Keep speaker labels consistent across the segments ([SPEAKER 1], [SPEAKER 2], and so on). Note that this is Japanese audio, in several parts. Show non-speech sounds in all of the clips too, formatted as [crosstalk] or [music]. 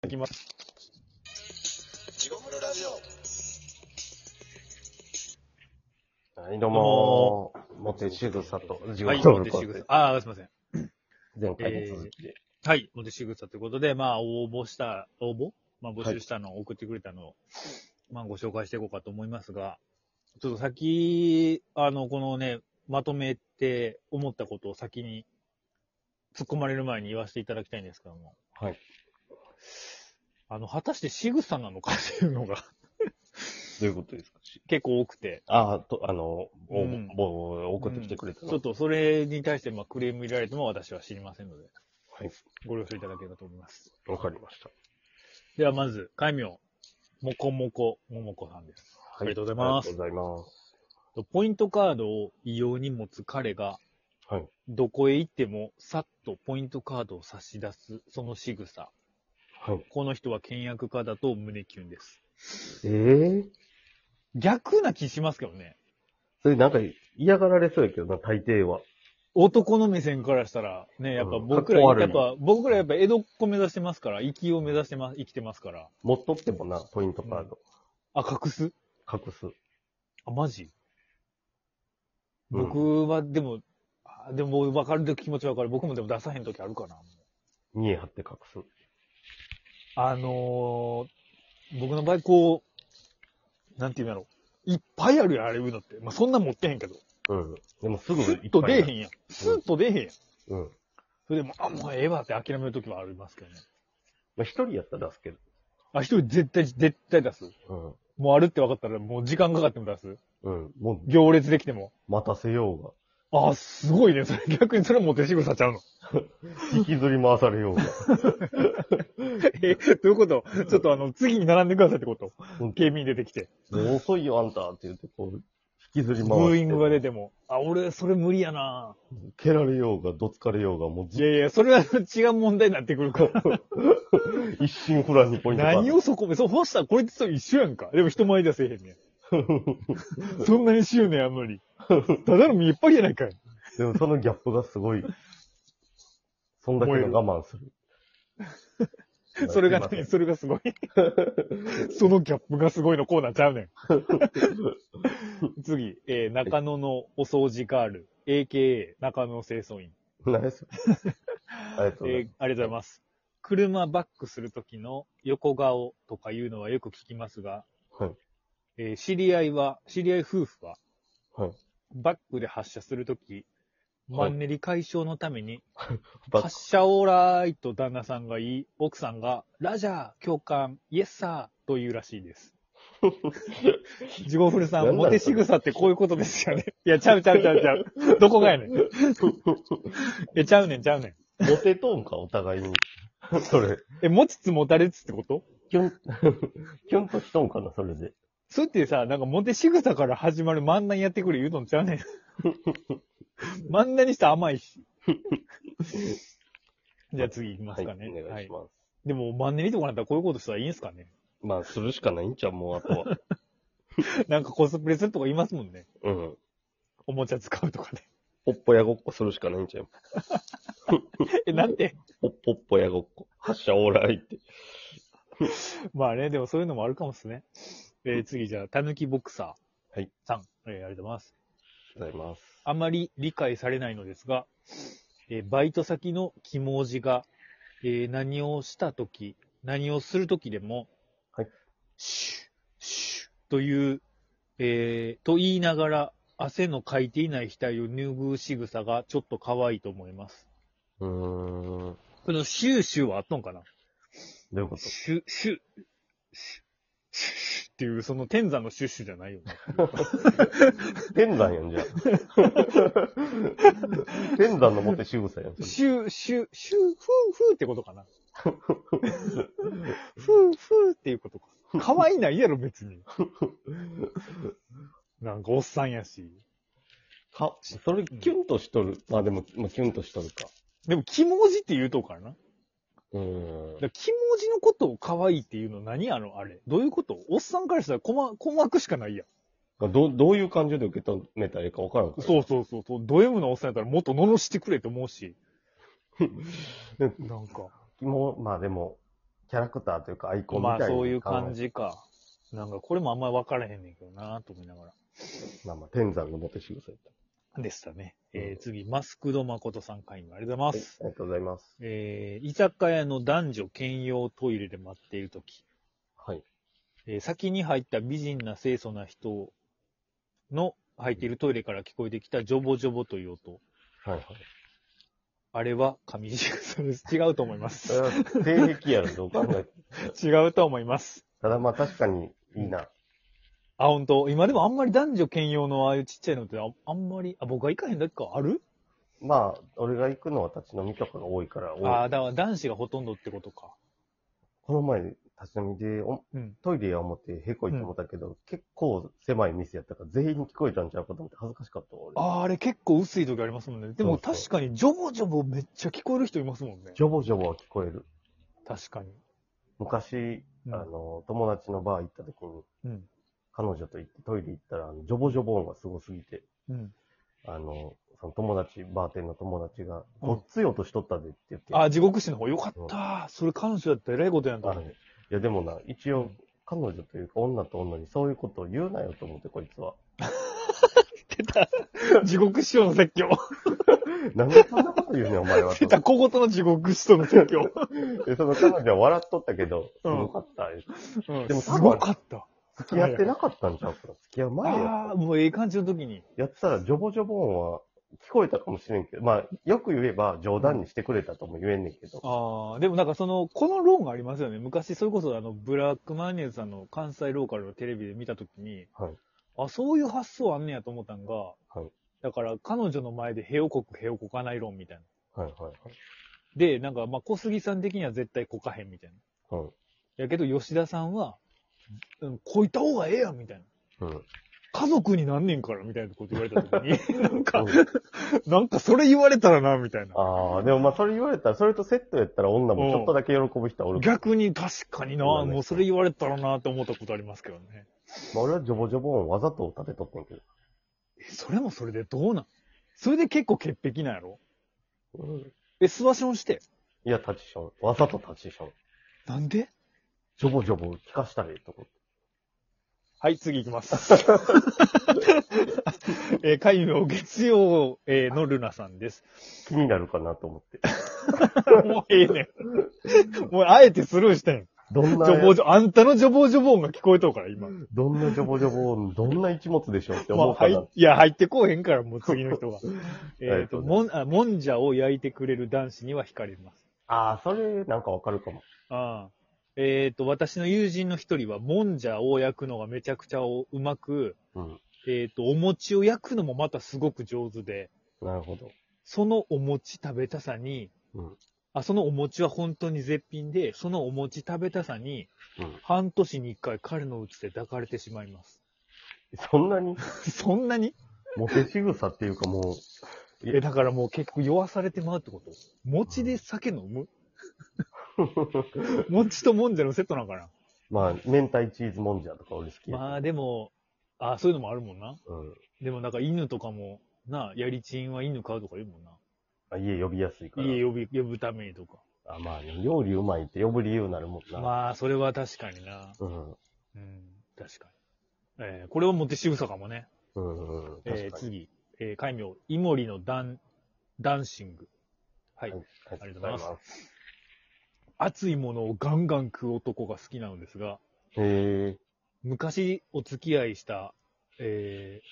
[SPEAKER 1] だきます。
[SPEAKER 2] 地獄のラジオ
[SPEAKER 3] はい、どうもー。モテシグサと、地
[SPEAKER 1] はい、
[SPEAKER 3] 獄
[SPEAKER 1] モ
[SPEAKER 3] の
[SPEAKER 1] テ
[SPEAKER 3] ルコ
[SPEAKER 1] シグサ。ああ、すいません。
[SPEAKER 3] 前回の続きで。
[SPEAKER 1] はい、モテシグサということで、まあ、応募した、応募まあ、募集したの、送ってくれたのを、まあ、ご紹介していこうかと思いますが、ちょっと先、あの、このね、まとめて思ったことを先に、突っ込まれる前に言わせていただきたいんですけども。
[SPEAKER 3] はい。
[SPEAKER 1] あの、果たして仕草なのかっていうのが [laughs]
[SPEAKER 3] どういうことですか
[SPEAKER 1] 結構多くて。
[SPEAKER 3] ああ、と、あの、応募
[SPEAKER 1] うん
[SPEAKER 3] 応募送ってきてくれた
[SPEAKER 1] ちょっ
[SPEAKER 3] の。
[SPEAKER 1] とそれに対して、まあ、クレーム入れられても私は知りませんので、
[SPEAKER 3] はい。
[SPEAKER 1] ご了承いただければと思います。
[SPEAKER 3] わかりました。
[SPEAKER 1] ではまず、戒名、もこもこももこさんです。
[SPEAKER 3] は
[SPEAKER 1] ありがとうございます
[SPEAKER 3] ありがとうございます。
[SPEAKER 1] ポイントカードを異様に持つ彼が、
[SPEAKER 3] はい。
[SPEAKER 1] どこへ行ってもさっとポイントカードを差し出す、その仕草。
[SPEAKER 3] はい。
[SPEAKER 1] この人は倹約家だと胸キュンです。
[SPEAKER 3] ええ
[SPEAKER 1] 逆な気しますけどね。
[SPEAKER 3] それなんか嫌がられそうやけどな、大抵は。
[SPEAKER 1] 男の目線からしたら、ね、やっぱ
[SPEAKER 3] うん
[SPEAKER 1] 僕ら、
[SPEAKER 3] か
[SPEAKER 1] や
[SPEAKER 3] っこ悪い
[SPEAKER 1] っぱ、僕らやっぱ江戸っ子目指してますから、生きを目指してます、生きてますから。
[SPEAKER 3] 持っとってもな、ポイントカード。
[SPEAKER 1] あ、隠す
[SPEAKER 3] 隠す。
[SPEAKER 1] あ、マジ
[SPEAKER 3] うん
[SPEAKER 1] 僕は、でも、あでも分かる気持ち分かる。僕もでも出さへん時あるかな。
[SPEAKER 3] 見え張って隠す。
[SPEAKER 1] あのー、僕の場合、こう、なんていうんだろう。いっぱいあるやん、あれいうのって。まあ、そんな持ってへんけど。
[SPEAKER 3] うん。でもすぐ
[SPEAKER 1] ス
[SPEAKER 3] い
[SPEAKER 1] ッと出えへ
[SPEAKER 3] ん。
[SPEAKER 1] んやん。スッと出えへんやん。
[SPEAKER 3] うん。
[SPEAKER 1] それでも、あ、もうええわって諦める時はありますけどね。
[SPEAKER 3] まあ、一人やったら出すけど。
[SPEAKER 1] あ、一人絶対、絶対出す。もうあるって分かったら、もう時間かかっても出す。
[SPEAKER 3] うん。うん。もう、
[SPEAKER 1] 行列できても。
[SPEAKER 3] 待たせよ
[SPEAKER 1] あ、すごいね。それ逆にそれも手仕草ちゃう
[SPEAKER 3] [laughs]
[SPEAKER 1] の。
[SPEAKER 3] うが。引きずり回されようが。
[SPEAKER 1] え、どういうことちょっとあの、次に並んでくださいってこと
[SPEAKER 3] うん
[SPEAKER 1] 警備員出てきて。
[SPEAKER 3] もう遅いよ、あんたって言って、こう、引きずり回して。
[SPEAKER 1] ブーイングが出ても。あ、俺、それ無理やな
[SPEAKER 3] 蹴られようが、どつかれようが、もう
[SPEAKER 1] い
[SPEAKER 3] ずっ
[SPEAKER 1] やいや、それは違う問題になってくるから。
[SPEAKER 3] と一心不乱にポイントカード
[SPEAKER 1] 何をそこ、そう、ホスターこれってそう一緒やんか。でも人前ではせえへんね
[SPEAKER 3] [laughs]
[SPEAKER 1] ん。そんなに執念あんのに。ただの見っ張りやないかい。
[SPEAKER 3] でもそのギャップがすごい。そんだけの我慢する。
[SPEAKER 1] [laughs] それが
[SPEAKER 3] すい
[SPEAKER 1] 何
[SPEAKER 3] ません
[SPEAKER 1] それがすごい。 [laughs] そのギャップがすごいのコーナーちゃう
[SPEAKER 3] [laughs]
[SPEAKER 1] ねん。次、えー中野のお掃除ガール、AKA 中野清掃員。
[SPEAKER 3] 何ですありがとうござい
[SPEAKER 1] えーありがとうございます。車バックするときの横顔とかいうのはよく聞きますが、
[SPEAKER 3] はい
[SPEAKER 1] えー知り合いは、知り合い夫婦は、
[SPEAKER 3] はい
[SPEAKER 1] バックで発車するとき、マンネリ解消のために、
[SPEAKER 3] ます。バッ
[SPEAKER 1] 発車オーライと旦那さんが言い、奥さんが、ラジャー、共感、イエスサーと言うらしい
[SPEAKER 3] [laughs]
[SPEAKER 1] です。ジゴフルさ、
[SPEAKER 3] なんんなん
[SPEAKER 1] モテ仕草ってこういうことですよね。いや、ちゃうちゃうちゃうちゃう。どこがやねん。いや、ちゃうねん、ちゃうねん。
[SPEAKER 3] モテとんか、お互い
[SPEAKER 1] [laughs]
[SPEAKER 3] に。それ。
[SPEAKER 1] え、持ちつ持たれつってこと
[SPEAKER 3] キュン、キュンとしとんかな、それで。
[SPEAKER 1] そうやってさ、なんかモテ仕草から始まる漫談やってくれ言うとんちゃうねん。
[SPEAKER 3] [laughs]
[SPEAKER 1] 漫談にしたら甘いし。じゃあ次行きますかね。
[SPEAKER 3] はい、お願いします。
[SPEAKER 1] でも、マンネリとかなったらこういうことしたらいいんすかね。
[SPEAKER 3] まあ、するしかないんちゃう、もう、あとは。
[SPEAKER 1] なんかコスプレするとか言いますもんね。
[SPEAKER 3] うん。
[SPEAKER 1] おもちゃ使うとかね。
[SPEAKER 3] ぽっぽやごっこするしかないんちゃう。
[SPEAKER 1] え、なんて。
[SPEAKER 3] ぽっぽっぽやごっこ。発射オーライって。
[SPEAKER 1] まあね、でもそういうのもあるかもっすね。えー次じゃあ、たぬきボクサ
[SPEAKER 3] は
[SPEAKER 1] ー
[SPEAKER 3] い
[SPEAKER 1] さん。えーありがとうございます。
[SPEAKER 3] ございます。
[SPEAKER 1] あまり理解されないのですが、えーバイト先の肝文字が、えー何をしたとき、何をするときでも、
[SPEAKER 3] はい
[SPEAKER 1] シュッ、シュッという、えーと言いながら、汗のかいていない額を拭う仕草がちょっと可愛いと思います。
[SPEAKER 3] うーん。
[SPEAKER 1] このシューシューはあったのかな
[SPEAKER 3] どういうこと
[SPEAKER 1] シュ、シュ、シュ、シュシュっていう、その天山のシュッシュじゃないよね。
[SPEAKER 3] 天山やんじ [laughs] ゃん。天山の持って仕草やん。
[SPEAKER 1] シュー、シュー、シュー、フー、フーってことか
[SPEAKER 3] [laughs]
[SPEAKER 1] な。フー、フーっていうことか。可愛いないやろ、別に。なんか、おっさんやし。
[SPEAKER 3] か、それキュンとしとる。まあでも、まあ、キュンとしとるか。
[SPEAKER 1] でも、肝文字って言うとこからな。だか
[SPEAKER 3] うーん。
[SPEAKER 1] ら、肝文字のことを可愛いっていうの何あの、あれ。どういうことおっさんからしたら困、困惑しかないやん。
[SPEAKER 3] どどういう感情で受け止めたらいいか分からんから。
[SPEAKER 1] そうそうそうそう。ド M のおっさんやったらもっと罵してくれと思うし。なんか。
[SPEAKER 3] [laughs] もう、まあでも、キャラクターというかアイコンみ
[SPEAKER 1] ま
[SPEAKER 3] たい
[SPEAKER 1] あ
[SPEAKER 3] な。
[SPEAKER 1] そういう感。じか。なんかこれもあんまり分からへんねんけどなと思いながら。
[SPEAKER 3] まあまあ、天山の表仕草やっ
[SPEAKER 1] でしたね。
[SPEAKER 3] うん
[SPEAKER 1] えー次、マスクド誠さん会員ありがとうござ
[SPEAKER 3] た。はいい
[SPEAKER 1] ます。
[SPEAKER 3] ありがとうございます。
[SPEAKER 1] えー居酒屋の男女兼用トイレで待っているとき、
[SPEAKER 3] はい。
[SPEAKER 1] えー先に入った美人な清楚な人の入っているトイレから聞こえてきたジョボジョボという音。
[SPEAKER 3] はいはい。
[SPEAKER 1] あれは上地草です。違うと思います。
[SPEAKER 3] それは性癖やろ、どう考えて。
[SPEAKER 1] [laughs] 違うと思います。
[SPEAKER 3] ただまあ確かにいいな。
[SPEAKER 1] あ、本当今でもあんまり男女兼用のああいうちっちゃいのってああんまり、あ、僕が行かへんだけかある
[SPEAKER 3] まあ、俺が行くのは立ち飲みとかが多いから、多い
[SPEAKER 1] ああ、だから男子がほとんどってことか。
[SPEAKER 3] この前、立ち飲みでお
[SPEAKER 1] うん。
[SPEAKER 3] トイレや思ってへこいと思ったけど、結構狭い店やったから全員に聞こえたんちゃうかと思って恥ずかしかったわ、俺。
[SPEAKER 1] あーあれ結構薄い時ありますもんね。でも
[SPEAKER 3] そうそ
[SPEAKER 1] 確
[SPEAKER 3] う
[SPEAKER 1] かにジョボジョボめっちゃ聞こえる人いますもんね。
[SPEAKER 3] ジョボジョボは聞こえる。
[SPEAKER 1] 確かに。
[SPEAKER 3] 昔、
[SPEAKER 1] うん
[SPEAKER 3] あの、友達のバー行った時に、
[SPEAKER 1] うん。
[SPEAKER 3] 彼女と行ってトイレ行ったら、あのジョボジョボ音がすごすぎて、
[SPEAKER 1] うん。
[SPEAKER 3] あの、その友達、バーテンの友達が、ごっつい音しとったでって言って。
[SPEAKER 1] あー、地獄師の方よかった。それ彼女だったら偉いことやんと
[SPEAKER 3] あ
[SPEAKER 1] 思
[SPEAKER 3] の
[SPEAKER 1] っ
[SPEAKER 3] い
[SPEAKER 1] て。
[SPEAKER 3] や、でもな、一
[SPEAKER 1] う
[SPEAKER 3] 応
[SPEAKER 1] ん、
[SPEAKER 3] 彼女というか女と女にそういうことを言うなよと思って、こいつは。
[SPEAKER 1] 出た。 [laughs] 地獄師匠の説教。
[SPEAKER 3] なんでそんなこと言うねん、
[SPEAKER 1] [laughs]
[SPEAKER 3] お前は。
[SPEAKER 1] 出た、小言の地獄師匠の説教。
[SPEAKER 3] で、その彼女は笑っとったけど、す
[SPEAKER 1] うん
[SPEAKER 3] ごかった。
[SPEAKER 1] うん、
[SPEAKER 3] でも
[SPEAKER 1] すごかった。
[SPEAKER 3] 付き合ってなかったんちゃうかな。付き合う前
[SPEAKER 1] あ
[SPEAKER 3] や
[SPEAKER 1] あ、もうええ感じの時に。
[SPEAKER 3] やってたら、ジョボジョボ音は聞こえたかもしれんけど、まあ、よく言えば冗談にしてくれたとも言えんねんけど。
[SPEAKER 1] ああ、でもなんかその、この論がありますよね。昔、それこそあの、ブラックマヨネーズさんの関西ローカルのテレビで見たときに、
[SPEAKER 3] はい
[SPEAKER 1] あ、そういう発想あんねやと思ったんが、
[SPEAKER 3] い
[SPEAKER 1] だから彼女の前でへをこくへをこかない論みたいな。
[SPEAKER 3] はいはいはい。
[SPEAKER 1] で、なんかまあ小杉さん的には絶対こかへんみたい
[SPEAKER 3] う
[SPEAKER 1] な。
[SPEAKER 3] ん。
[SPEAKER 1] やけど吉田さんは、うん、こいた方がええやんみたいな。
[SPEAKER 3] うん。
[SPEAKER 1] 家族になんねんからみたいなこと言われたとき
[SPEAKER 3] [laughs]
[SPEAKER 1] に、なんか、
[SPEAKER 3] うん
[SPEAKER 1] なんかそれ言われたらな、みたいな。
[SPEAKER 3] ああ、でもまあ、それ言われたら、それとセットやったら女もちょっとだけ喜ぶ人はおるけど
[SPEAKER 1] 逆に確かにな、
[SPEAKER 3] そうだね
[SPEAKER 1] もうそれ言われたらなって思ったことありますけどね。
[SPEAKER 3] まあ、俺はジョボジョボ音わざと立てとってんけど。
[SPEAKER 1] えそれもそれでどうなんそれで結構潔癖なんやろ
[SPEAKER 3] うん。
[SPEAKER 1] え、スワションして。
[SPEAKER 3] いや、タチション。わざとタチション。
[SPEAKER 1] なんで
[SPEAKER 3] ジョボジョボ聞かしたりと思って。
[SPEAKER 1] はい、次行きます。 [laughs] えー、会の月曜、えーのルナさんです。
[SPEAKER 3] 気になるかなと思って。
[SPEAKER 1] もうええねん。もうあえてスルーしてん。
[SPEAKER 3] どんな、
[SPEAKER 1] ジョボジョ、あんたのジョボジョボ音が聞こえとうから、今。
[SPEAKER 3] どんなジョボジ
[SPEAKER 1] [laughs]
[SPEAKER 3] ョボ、どんな一物でしょうって
[SPEAKER 1] まあ、
[SPEAKER 3] 思うか
[SPEAKER 1] 入
[SPEAKER 3] な。
[SPEAKER 1] っいや、入ってこうへんから、もう次の [laughs] 人が。えっと、
[SPEAKER 3] ありがとう
[SPEAKER 1] もん、あ、もんじゃを焼いてくれる男子には惹かれます。
[SPEAKER 3] ああ、それなんかわかるかも。
[SPEAKER 1] ああ。えっ、と、私の友人の一人は、もんじゃを焼くのがめちゃくちゃうまく、
[SPEAKER 3] うん。
[SPEAKER 1] えっ、と、お餅を焼くのもまたすごく上手で、
[SPEAKER 3] なるほど。
[SPEAKER 1] そのお餅食べたさに、
[SPEAKER 3] うん
[SPEAKER 1] あ、そのお餅は本当に絶品で、そのお餅食べたさに、
[SPEAKER 3] うん。
[SPEAKER 1] 半年に一回彼のうちで抱かれてしまいます。 [laughs]
[SPEAKER 3] そんなに、
[SPEAKER 1] そんなに
[SPEAKER 3] モテ仕草っていうかもいや
[SPEAKER 1] え、だからもう結局酔わされてまうってこと餅で酒飲
[SPEAKER 3] [laughs]
[SPEAKER 1] む、
[SPEAKER 3] う、
[SPEAKER 1] 餅ともんじゃのセットなんかな
[SPEAKER 3] まあ、明太チーズもんじゃとか俺好きや。
[SPEAKER 1] まあでも、あ、そういうのもあるもんな。
[SPEAKER 3] うん。
[SPEAKER 1] でもなんか犬とかも、なあ、やりちんは犬飼うとか言うもんな。
[SPEAKER 3] あ家呼びやすいから。
[SPEAKER 1] 家呼び、呼ぶためにとか。
[SPEAKER 3] あまあ、ね、料理うまいって呼ぶ理由になるもんな。
[SPEAKER 1] まあ、それは確かにな。
[SPEAKER 3] うん。
[SPEAKER 1] うん、確かに。えーこれはモテ仕草かもね。
[SPEAKER 3] うんうん。
[SPEAKER 1] え
[SPEAKER 3] 確
[SPEAKER 1] ー
[SPEAKER 3] かに。
[SPEAKER 1] 次、えー、戒名、イモリのダン、ダンシング。はい。
[SPEAKER 3] はい
[SPEAKER 1] ありがとうございます。熱いものをガンガン食う男が好きなのですが、
[SPEAKER 3] へえ。
[SPEAKER 1] 昔お付き合いした、えー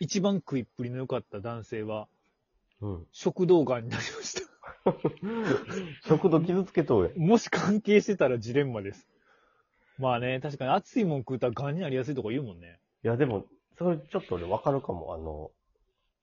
[SPEAKER 1] 一番食いっぷりの良かった男性は、
[SPEAKER 3] うん。 [laughs]
[SPEAKER 1] 食道癌になりました。 [laughs]
[SPEAKER 3] 食堂傷つけとうや。
[SPEAKER 1] もし関係してたらジレンマです。まあね、確かに熱いもん食うたら癌になりやすいとか言うもんね。
[SPEAKER 3] いや、でも、それちょっと俺わかるかも。あの、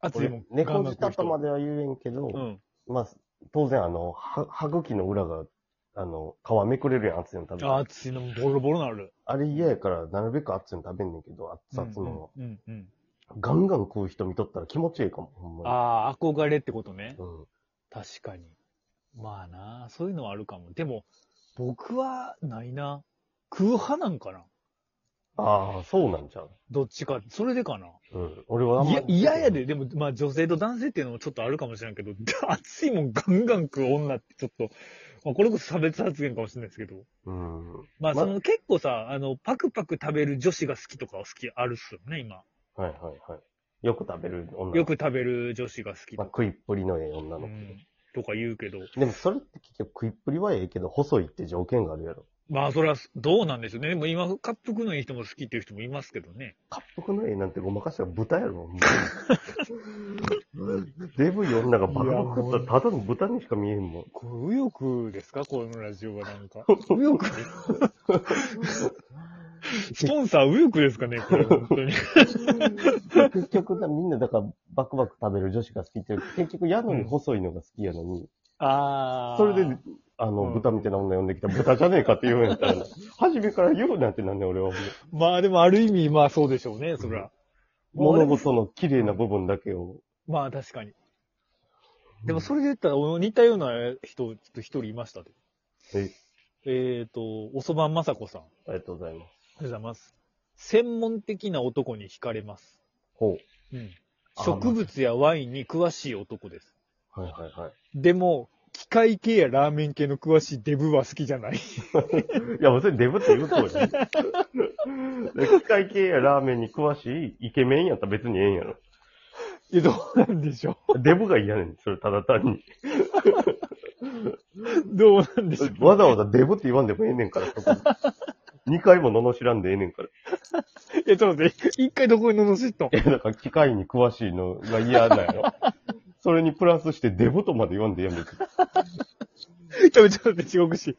[SPEAKER 1] 熱いもん。
[SPEAKER 3] 俺猫
[SPEAKER 1] ガン
[SPEAKER 3] 舌
[SPEAKER 1] ガン食
[SPEAKER 3] と
[SPEAKER 1] う
[SPEAKER 3] までは言えんけど、
[SPEAKER 1] 人うん。
[SPEAKER 3] まあ、当然あの、は歯茎の裏が、あの、皮めくれるやん、熱いの食べた
[SPEAKER 1] あ
[SPEAKER 3] ら。
[SPEAKER 1] 熱いのボロボロなる。
[SPEAKER 3] あれ嫌やから、なるべく熱いの食べんねんけど、熱々の、
[SPEAKER 1] うんうんうん
[SPEAKER 3] ガンガン食う人見とったら気持ちいいかも、ほんまに。
[SPEAKER 1] ああ、憧れってことね。
[SPEAKER 3] うん。
[SPEAKER 1] 確かに。まあな、そういうのはあるかも。でも、僕はないな。食う派なんかな
[SPEAKER 3] ああ、そうなんちゃう。
[SPEAKER 1] どっちか。それでかな。
[SPEAKER 3] うん。俺はあん
[SPEAKER 1] い
[SPEAKER 3] ま
[SPEAKER 1] や
[SPEAKER 3] り、
[SPEAKER 1] いややで、。でも、まあ女性と男性っていうのもちょっとあるかもしれんけど、熱いもんガンガン食う女ってちょっと、まあ、これこそ差別発言かもしれないですけど。
[SPEAKER 3] うん。
[SPEAKER 1] まあ、
[SPEAKER 3] ま
[SPEAKER 1] その結構さ、あの、パクパク食べる女子が好きとかは好きあるっすよね、今。
[SPEAKER 3] はいはいはい。よく食べる女の子。
[SPEAKER 1] よく食べる女子が好き
[SPEAKER 3] まあ、
[SPEAKER 1] とか。
[SPEAKER 3] 食いっぷりのええ女
[SPEAKER 1] う
[SPEAKER 3] の
[SPEAKER 1] ん、とか言うけど。
[SPEAKER 3] 子。でもそれって結局食いっぷりはええけど、細いって条件があるやろ。
[SPEAKER 1] まあ、それはどうなんでしょうね。でも今、滑腹のいい人も好きっていう人もいますけどね。
[SPEAKER 3] 滑腹のええなんてごまかしたら豚やろ。
[SPEAKER 1] [laughs]
[SPEAKER 3] もうデブい女がバカバカ食ったらただの豚にしか見えへんもん。
[SPEAKER 1] これ、右翼ですかこのラジオはなんか。右翼 [laughs] スポンサー右翼ですかね [laughs] これ、本当に。
[SPEAKER 3] 結局な、みんなだからバクバク食べる女子が好きって、結局やのに細いのが好きやのに、
[SPEAKER 1] あ
[SPEAKER 3] それで、あの、
[SPEAKER 1] うん
[SPEAKER 3] 豚みたいな女呼んできたら豚じゃねえかって言うんやったらな、初めから言うなんてなんねん俺は。
[SPEAKER 1] まあでもある意味、まあそうでしょうね、それは。
[SPEAKER 3] 物事の綺麗な部分だけを。
[SPEAKER 1] まあ確かに。でもそれで言ったら、似たような人、ちょっと一人いましたで。
[SPEAKER 3] え
[SPEAKER 1] えっ、と、おそばんまさこさん。あ
[SPEAKER 3] ありがとうございます。
[SPEAKER 1] りがとうございます。専門的な男に惹かれます。
[SPEAKER 3] ほ
[SPEAKER 1] うん。
[SPEAKER 3] あ
[SPEAKER 1] 植物やワインに詳しい男です。
[SPEAKER 3] う。はいはいは
[SPEAKER 1] でも、機械系やラーメン系の詳しいデブは好きじゃない。 [laughs]
[SPEAKER 3] い。いや、別にデブって言うとおり。機械系やラーメンに詳しいイケメンやったら別にええんやろ。
[SPEAKER 1] いや、どうなんでしょ
[SPEAKER 3] デブが嫌ねん、それただ単に。
[SPEAKER 1] う。 [laughs] どうなんでしょう。
[SPEAKER 3] わざわざデブって言わんでもええねんから、そこ2回も罵らんでええねんから。
[SPEAKER 1] え、ちょっと待って、一回どこに罵っとん
[SPEAKER 3] え、だから機械に詳しいのが嫌なんやろ。それにプラスしてデブとまで言わんでええやん別に。
[SPEAKER 1] [laughs] ちょ、ちょっと待って、地獄し。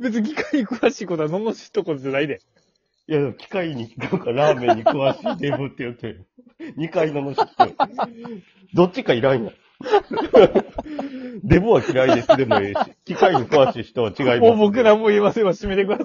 [SPEAKER 1] 別に機械に詳しいことは罵っとくことじゃないで。
[SPEAKER 3] いや、でも機械に、なんかラーメンに詳しいデブって言って、2回罵って。どっちかいらんやん。デブは嫌いですでもええし、機械に詳しい人は違います。
[SPEAKER 1] もう僕らも言いませんわ、締めてください。